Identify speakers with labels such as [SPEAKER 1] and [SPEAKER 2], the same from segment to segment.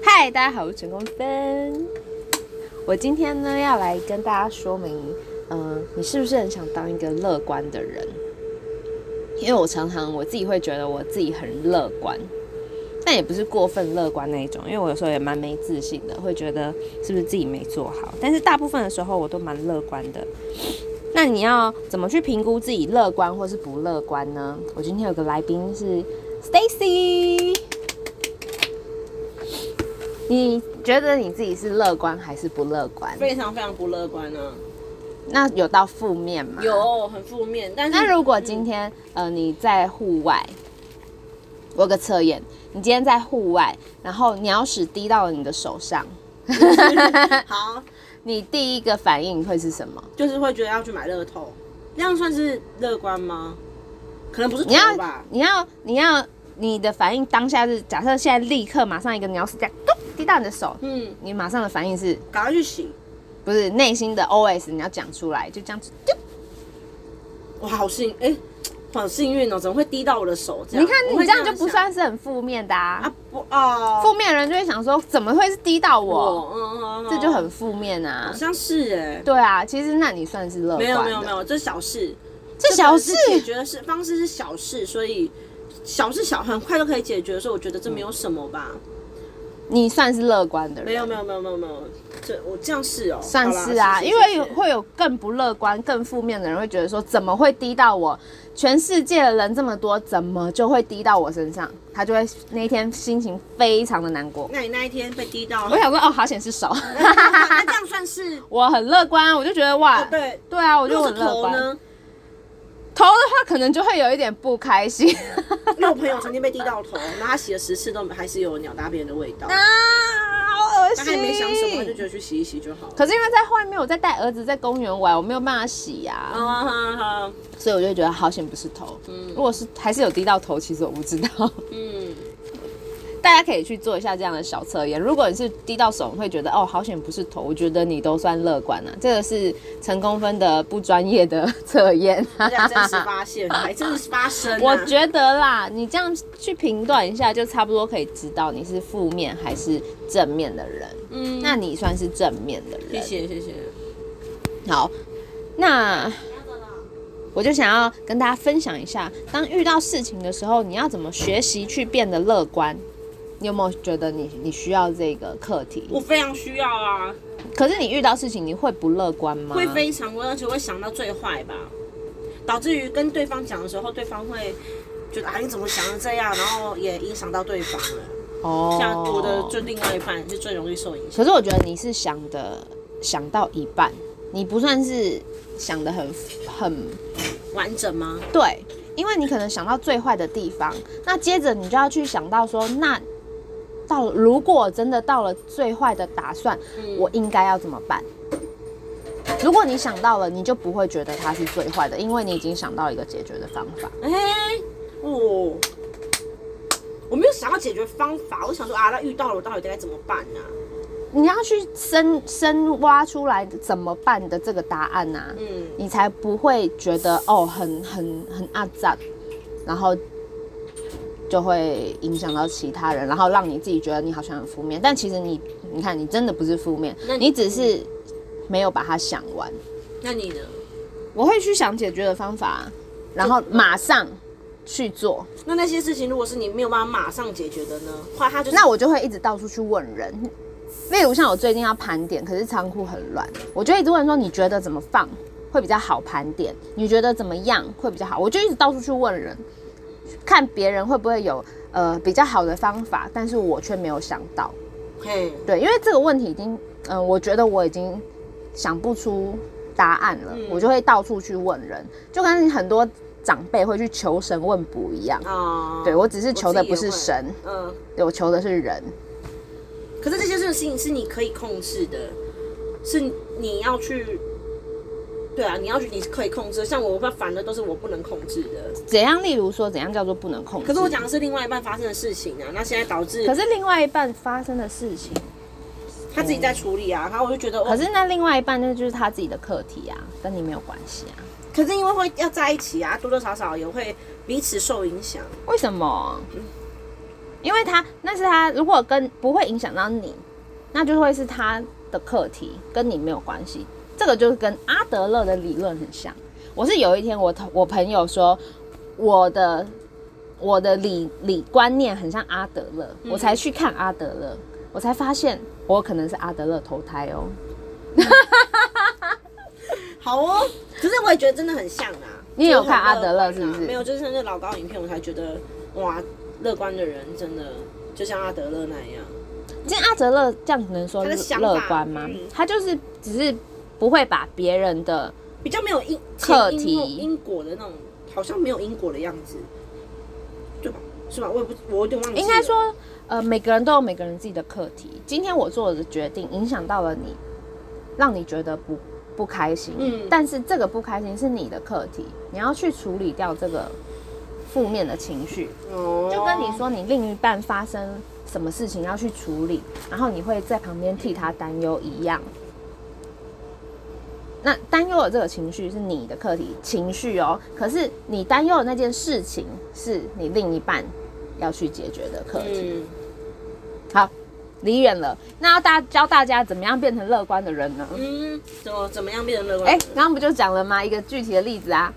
[SPEAKER 1] 嗨，大家好，我是陈功芬。我今天呢要来跟大家说明，嗯、你是不是很想当一个乐观的人？因为我常常我自己会觉得我自己很乐观，但也不是过分乐观那一种，因为我有时候也蛮没自信的，会觉得是不是自己没做好。但是大部分的时候我都蛮乐观的。那你要怎么去评估自己乐观或是不乐观呢？我今天有个来宾是 Stacy。你觉得你自己是乐观还是不乐观？
[SPEAKER 2] 非常非常不乐观呢、
[SPEAKER 1] 那有到负面吗？
[SPEAKER 2] 啊，。有很负面，但是
[SPEAKER 1] 那如果今天、呃你在户外，我有个测验，你今天在户外，然后鸟屎滴到了你的手上，
[SPEAKER 2] 好，
[SPEAKER 1] 你第一个反应会是什么？
[SPEAKER 2] 就是会觉得要去买乐透，这样算是乐观吗？可能不是
[SPEAKER 1] 你要
[SPEAKER 2] 头吧，
[SPEAKER 1] 你要你要你的反应当下是假设现在立刻马上一个鸟屎这样咚滴到你的手，
[SPEAKER 2] 嗯，
[SPEAKER 1] 你马上的反应是
[SPEAKER 2] 赶快去洗，
[SPEAKER 1] 不是内心的 OS？你要讲出来，就这样子。啾
[SPEAKER 2] 我好幸哎、好幸运哦，怎么会滴到我的手？这样
[SPEAKER 1] 你看
[SPEAKER 2] 我
[SPEAKER 1] 你
[SPEAKER 2] 会
[SPEAKER 1] 这样就不
[SPEAKER 2] 想
[SPEAKER 1] 算是很负面的啊
[SPEAKER 2] 啊不哦，
[SPEAKER 1] 负面的人就会想说，怎么会是滴到我？
[SPEAKER 2] 我嗯嗯嗯，
[SPEAKER 1] 这就很负面啊
[SPEAKER 2] 好。像是哎、
[SPEAKER 1] 对啊，其实那你算是乐观
[SPEAKER 2] 没
[SPEAKER 1] 的。
[SPEAKER 2] 有没有没有，这小事，
[SPEAKER 1] 这小事
[SPEAKER 2] 这可能是解决的是方式是小事，所以小事小很快就可以解决，所以我觉得这没有什么吧。
[SPEAKER 1] 你算是乐观的人。
[SPEAKER 2] 没有没有没有没有没有，这我这样是哦，
[SPEAKER 1] 算
[SPEAKER 2] 好啦
[SPEAKER 1] 是啊，
[SPEAKER 2] 是
[SPEAKER 1] 因为有
[SPEAKER 2] 是
[SPEAKER 1] 会有更不乐观、更负面的人会觉得说，怎么会滴到我？全世界的人这么多，怎么就会滴到我身上？他就会那一天心情非常的难过。
[SPEAKER 2] 那你那一天被滴到，
[SPEAKER 1] 我想说，哦，好险是手，
[SPEAKER 2] 那这样算是
[SPEAKER 1] 我很乐观，我就觉得哇，
[SPEAKER 2] 哦对。
[SPEAKER 1] 对啊， 我
[SPEAKER 2] 我
[SPEAKER 1] 就很
[SPEAKER 2] 是
[SPEAKER 1] 乐
[SPEAKER 2] 头
[SPEAKER 1] 观。
[SPEAKER 2] 呢，
[SPEAKER 1] 头的话，可能就会有一点不开心。
[SPEAKER 2] 因为我朋友曾经被滴到头，然后他洗了十次都还是有鸟大便的味 道，
[SPEAKER 1] 啊，好恶
[SPEAKER 2] 他
[SPEAKER 1] 心！
[SPEAKER 2] 还没想什么，他就觉得去洗一洗就好了。
[SPEAKER 1] 可是因为在外面，我在带儿子在公园玩，我没有办法洗呀、
[SPEAKER 2] 啊哈哈，
[SPEAKER 1] 所以我就觉得好险不是头。
[SPEAKER 2] 嗯
[SPEAKER 1] 如果是还是有滴到头，其实我不知道。
[SPEAKER 2] 嗯，
[SPEAKER 1] 大家可以去做一下这样的小测验。如果你是滴到手，你会觉得哦好险不是头，我觉得你都算乐观啊。这个是成功分的不专业的测验。
[SPEAKER 2] 这样真实发现，还真是发生啊。
[SPEAKER 1] 我觉得啦，你这样去评断一下，就差不多可以知道你是负面还是正面的人。
[SPEAKER 2] 嗯，
[SPEAKER 1] 那你算是正面的人。
[SPEAKER 2] 谢谢谢谢。
[SPEAKER 1] 好，那我就想要跟大家分享一下，当遇到事情的时候，你要怎么学习去变得乐观？你有没有觉得你你需要这个课题？
[SPEAKER 2] 我非常需要啊，
[SPEAKER 1] 可是你遇到事情，你会不乐观吗？
[SPEAKER 2] 会非常而且会想到最坏吧，导致于跟对方讲的时候，对方会觉得啊你怎么想成这样，然后也影响到对方了。
[SPEAKER 1] 哦
[SPEAKER 2] 像我的最另外一半是最容易受影响。
[SPEAKER 1] 可是我觉得你是想的想到一半，你不算是想的很很
[SPEAKER 2] 完整吗？
[SPEAKER 1] 对，因为你可能想到最坏的地方，那接着你就要去想到说，那到了如果真的到了最坏的打算，
[SPEAKER 2] 嗯
[SPEAKER 1] 我应该要怎么办？如果你想到了，你就不会觉得它是最坏的，因为你已经想到一个解决的方法。
[SPEAKER 2] 哎、哦，我没有想要解决方法，我想说啊，那遇到了我到底该怎么办啊呢、
[SPEAKER 1] 你要去深深挖出来怎么办的这个答案啊呐、
[SPEAKER 2] 嗯，
[SPEAKER 1] 你才不会觉得哦，很很很阿杂，然后就会影响到其他人，然后让你自己觉得你好像很负面，但其实你你看，你真的不是负面
[SPEAKER 2] 那，你
[SPEAKER 1] 你只是没有把它想完。
[SPEAKER 2] 那你呢？
[SPEAKER 1] 我会去想解决的方法，然后马上去做，
[SPEAKER 2] 那那些事情，如果是你没有办法马上解决的呢？后来他就是
[SPEAKER 1] 那我就会一直到处去问人。例如像我最近要盘点，可是仓库很乱，我就一直问说你觉得怎么放会比较好盘点？你觉得怎么样会比较好？我就一直到处去问人，看别人会不会有呃比较好的方法，但是我却没有想到。
[SPEAKER 2] 嘿，
[SPEAKER 1] 对，因为这个问题已经，嗯、我觉得我已经想不出答案了，
[SPEAKER 2] 嗯
[SPEAKER 1] 我就会到处去问人，就跟很多长辈会去求神问卜一样。
[SPEAKER 2] 啊、
[SPEAKER 1] 对我只是求的不
[SPEAKER 2] 我
[SPEAKER 1] 是
[SPEAKER 2] 自己也会
[SPEAKER 1] 神，
[SPEAKER 2] 嗯、
[SPEAKER 1] 对我求的是人。
[SPEAKER 2] 可是这些事情是你可以控制的，是你要去。对啊，你要去，你是可以控制的。像我，会反的都是我不能控制的。
[SPEAKER 1] 怎样？例如说，怎样叫做不能控制？
[SPEAKER 2] 可是我讲的是另外一半发生的事情啊，那现在导致
[SPEAKER 1] 可是另外一半发生的事情，
[SPEAKER 2] 他自己在处理啊，然后我就觉得，
[SPEAKER 1] 可
[SPEAKER 2] 哦，
[SPEAKER 1] 是那另外一半那就是他自己的课题啊，跟你没有关系啊。
[SPEAKER 2] 哦可是因为会要在一起啊，多多少少也会彼此受影响。
[SPEAKER 1] 为什么？因为他那是他如果跟不会影响到你，那就会是他的课题，跟你没有关系。这个就是跟阿德勒的理论很像。我是有一天我同我朋友说我的我的理理观念很像阿德勒，
[SPEAKER 2] 嗯
[SPEAKER 1] 我才去看阿德勒，我才发现我可能是阿德勒投胎哦。
[SPEAKER 2] 好哦，可是我也觉得真的很像啊。
[SPEAKER 1] 你也有
[SPEAKER 2] 就是很
[SPEAKER 1] 看阿德勒
[SPEAKER 2] 乐观啊
[SPEAKER 1] 是不是
[SPEAKER 2] 没有，就是那个老高影片，我才觉得哇，乐观的人真的就像阿德勒那样。
[SPEAKER 1] 今天阿哲乐这样能说
[SPEAKER 2] 他的想法
[SPEAKER 1] 乐观吗
[SPEAKER 2] 嗯？
[SPEAKER 1] 他就是只是不会把别人的
[SPEAKER 2] 比较没有因
[SPEAKER 1] 课
[SPEAKER 2] 前因
[SPEAKER 1] 题
[SPEAKER 2] 后因果的那种，好像没有因果的样子，对吧？是吧？我也不，我有点忘记了。
[SPEAKER 1] 应该说，呃，每个人都有每个人自己的课题。今天我做的决定影响到了你，让你觉得不不开心。
[SPEAKER 2] 嗯
[SPEAKER 1] 但是这个不开心是你的课题，你要去处理掉这个负面的情绪。
[SPEAKER 2] 哦，
[SPEAKER 1] 就跟你说，你另一半发生什么事情要去处理，然后你会在旁边替他担忧一样。那担忧的这个情绪是你的课题情绪哦，可是你担忧的那件事情是你另一半要去解决的课题。
[SPEAKER 2] 嗯，
[SPEAKER 1] 好，离远了，那要大教大家怎么样变成乐观的人呢？
[SPEAKER 2] 嗯，怎么怎么样变成乐观？
[SPEAKER 1] 哎、刚刚不就讲了吗？一个具体的例子啊，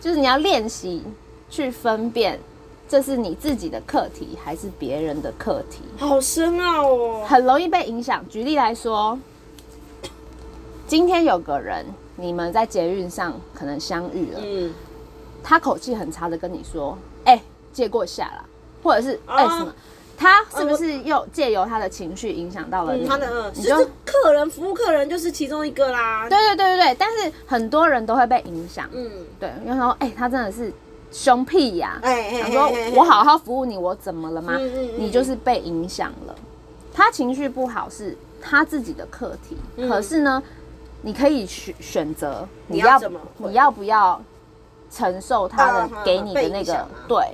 [SPEAKER 1] 就是你要练习去分辨，这是你自己的课题还是别人的课题，
[SPEAKER 2] 好深奥哦。
[SPEAKER 1] 很容易被影响。举例来说，今天有个人，你们在捷运上可能相遇了，
[SPEAKER 2] 嗯，
[SPEAKER 1] 他口气很差的跟你说：“哎、借过一下啦，或者是
[SPEAKER 2] 啊
[SPEAKER 1] 哎、什么。”他是不是又借由他的情绪影响到了你？
[SPEAKER 2] 他的嗯，
[SPEAKER 1] 你
[SPEAKER 2] 就
[SPEAKER 1] 就是
[SPEAKER 2] 客人服务客人就是其中一个啦。
[SPEAKER 1] 对对对对对，但是很多人都会被影响。
[SPEAKER 2] 嗯，
[SPEAKER 1] 对，因为他说，哎、他真的是凶屁呀、
[SPEAKER 2] 哎哎，
[SPEAKER 1] 想
[SPEAKER 2] 哎
[SPEAKER 1] 说
[SPEAKER 2] 哎哎
[SPEAKER 1] 我好好服务你，我怎么了吗？
[SPEAKER 2] 嗯嗯嗯
[SPEAKER 1] 你就是被影响了。他情绪不好是他自己的课题，
[SPEAKER 2] 嗯
[SPEAKER 1] 可是呢，你可以选选择
[SPEAKER 2] 你要怎么回
[SPEAKER 1] 你要不要承受他的
[SPEAKER 2] 嗯嗯
[SPEAKER 1] 给你的
[SPEAKER 2] 被
[SPEAKER 1] 那
[SPEAKER 2] 影响
[SPEAKER 1] 个
[SPEAKER 2] 啊
[SPEAKER 1] 对。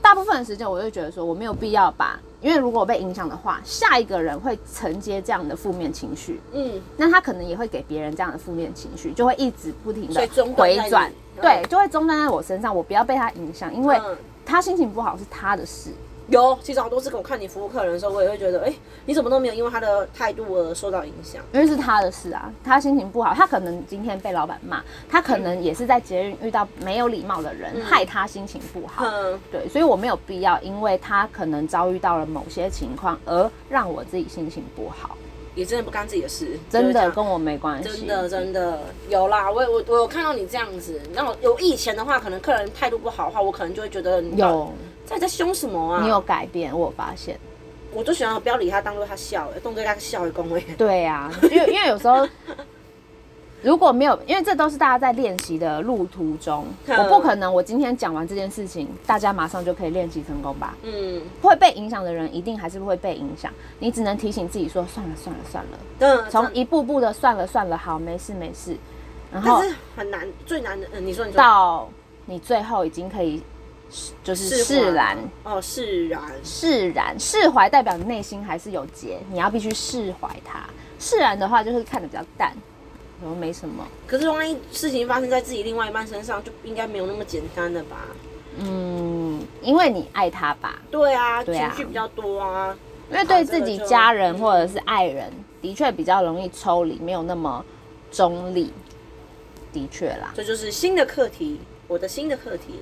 [SPEAKER 1] 大部分的时间，我就觉得说我没有必要把，因为如果我被影响的话，下一个人会承接这样的负面情绪，
[SPEAKER 2] 嗯，
[SPEAKER 1] 那他可能也会给别人这样的负面情绪，就会一直不停
[SPEAKER 2] 所
[SPEAKER 1] 的
[SPEAKER 2] 以中断
[SPEAKER 1] 回
[SPEAKER 2] 在你
[SPEAKER 1] 转，
[SPEAKER 2] 嗯
[SPEAKER 1] 对，就会中断在我身上，我不要被他影响，因为
[SPEAKER 2] 嗯
[SPEAKER 1] 他心情不好是他的事，
[SPEAKER 2] 有，其实好多次跟我看你服务客人的时候，我也会觉得，哎、你怎么都没有因为他的态度而受到影响？
[SPEAKER 1] 因为是他的事啊，他心情不好，他可能今天被老板骂，他可能也是在捷运遇到没有礼貌的人，害他心情不好，
[SPEAKER 2] 嗯，
[SPEAKER 1] 对，所以我没有必要，因为他可能遭遇到了某些情况而让我自己心情不好，
[SPEAKER 2] 也真的不干自己的事，
[SPEAKER 1] 真
[SPEAKER 2] 就是这
[SPEAKER 1] 的
[SPEAKER 2] 样
[SPEAKER 1] 跟我没关系，
[SPEAKER 2] 真的真的有啦，我我我有看到你这样子，那我有以前的话，可能客人态度不好的话，我可能就会觉得你到
[SPEAKER 1] 有
[SPEAKER 2] 底在在凶什么啊？
[SPEAKER 1] 你有，改变，我有发现。
[SPEAKER 2] 我就喜欢不要理他，当做他笑，动作他笑的恭维。
[SPEAKER 1] 对呀、因为因为有时 候如果没有，因为这都是大家在练习的路途中，
[SPEAKER 2] 嗯
[SPEAKER 1] 我不可能我今天讲完这件事情，大家马上就可以练习成功吧？
[SPEAKER 2] 嗯，
[SPEAKER 1] 会被影响的人一定还是会被影响，你只能提醒自己说算了算了算了，
[SPEAKER 2] 嗯，
[SPEAKER 1] 从
[SPEAKER 2] 真的
[SPEAKER 1] 一步步的算了算了，好没事没事，然后
[SPEAKER 2] 但是很难，最难的，嗯，你说你说
[SPEAKER 1] 到你最后已经可以就是
[SPEAKER 2] 释怀
[SPEAKER 1] 释然。
[SPEAKER 2] 哦，释然，
[SPEAKER 1] 释然，释怀代表你内心还是有结，你要必须释怀它。释然的话，就是看得比较淡，然后没什么。
[SPEAKER 2] 可是万一事情发生在自己另外一半身上，就应该没有那么简单了吧？
[SPEAKER 1] 嗯，因为你爱他吧，
[SPEAKER 2] 对啊，
[SPEAKER 1] 对啊
[SPEAKER 2] 情绪比较多啊。
[SPEAKER 1] 因为对自己家人或者是爱人，的确比较容易抽离，没有那么中立。的确啦，
[SPEAKER 2] 这就是新的课题，我的新的课题，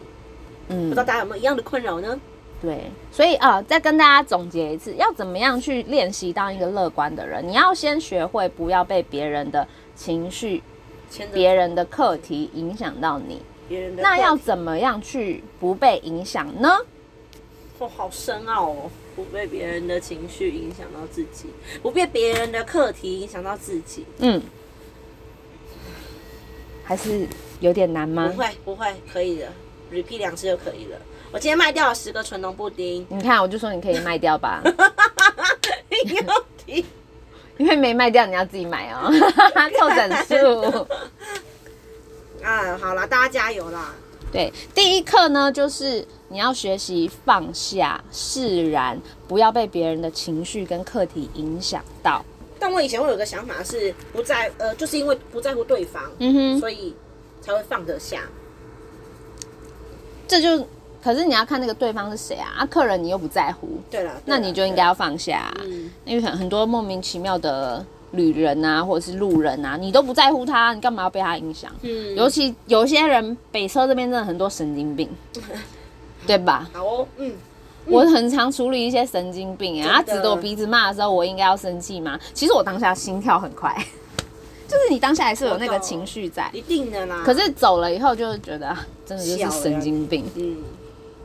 [SPEAKER 2] 不
[SPEAKER 1] 嗯
[SPEAKER 2] 知道，大家有没有一样的困扰呢？
[SPEAKER 1] 对，所以啊、呃再跟大家总结一次，要怎么样去练习当一个乐观的人？你要先学会不要被别人的情绪、
[SPEAKER 2] 牵着
[SPEAKER 1] 别人的课题影响到你。
[SPEAKER 2] 别人的课
[SPEAKER 1] 那
[SPEAKER 2] 题
[SPEAKER 1] 要怎么样去不被影响呢？
[SPEAKER 2] 哦，好深奥哦，不被别人的情绪影响到自己，不被别人的课题影响到自己，
[SPEAKER 1] 嗯，还是有点难吗
[SPEAKER 2] 不？会不会，可以的，repeat 两次就可以了。我今天卖掉了十个纯浓布丁，
[SPEAKER 1] 你看，我就说你可以卖掉吧，
[SPEAKER 2] 你要提
[SPEAKER 1] 因为没卖掉你要自己买哦， 凑整 数。
[SPEAKER 2] 啊，好啦，大家加油啦！
[SPEAKER 1] 对，第一课呢，就是你要学习放下、释然，不要被别人的情绪跟课题影响到。
[SPEAKER 2] 但我以前会有个想法是不在呃，就是因为不在乎
[SPEAKER 1] 嗯
[SPEAKER 2] 对方，
[SPEAKER 1] 嗯哼，
[SPEAKER 2] 所以才会放得下。
[SPEAKER 1] 这就可是你要看那个对方是谁啊，啊，客人你又不在乎，
[SPEAKER 2] 对啦，嗯
[SPEAKER 1] 那你就应该要放下、啊，因为很很多莫名其妙的旅人啊，或者是路人啊，你都不在乎他，你干嘛要被他影响？
[SPEAKER 2] 嗯
[SPEAKER 1] 尤其有些人北车这边真的很多神经病，对吧？
[SPEAKER 2] 好哦，嗯，
[SPEAKER 1] 我很常处理一些神经病、欸，
[SPEAKER 2] 的
[SPEAKER 1] 他指着我鼻子骂的时候，我应该要生气吗？其实我当下心跳很快， 就是你当下还是有那
[SPEAKER 2] 我
[SPEAKER 1] 个
[SPEAKER 2] 懂
[SPEAKER 1] 情绪在，
[SPEAKER 2] 一定的啦。
[SPEAKER 1] 可是走了以后就觉得啊真的就
[SPEAKER 2] 笑
[SPEAKER 1] 是
[SPEAKER 2] 了
[SPEAKER 1] 神经病。
[SPEAKER 2] 嗯，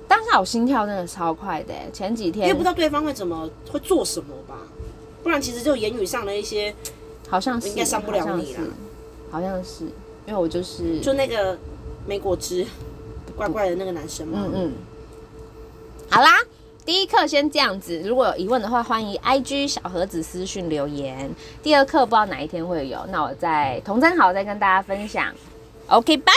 [SPEAKER 1] 当下我心跳真的超快的欸、前几
[SPEAKER 2] 因为
[SPEAKER 1] 天
[SPEAKER 2] 不知道对方会怎么会做什么吧，不然其实就言语上的一些，
[SPEAKER 1] 好像是
[SPEAKER 2] 应该上不了你啦
[SPEAKER 1] 好像是，好像是，因为我就是
[SPEAKER 2] 就那个美果汁怪怪的那个男生嘛，
[SPEAKER 1] 嗯嗯，好啦。第一课先这样子，如果有疑问的话，欢迎 I G 小盒子私讯留言。第二课不知道哪一天会有，那我再同真好再跟大家分享。OK，拜。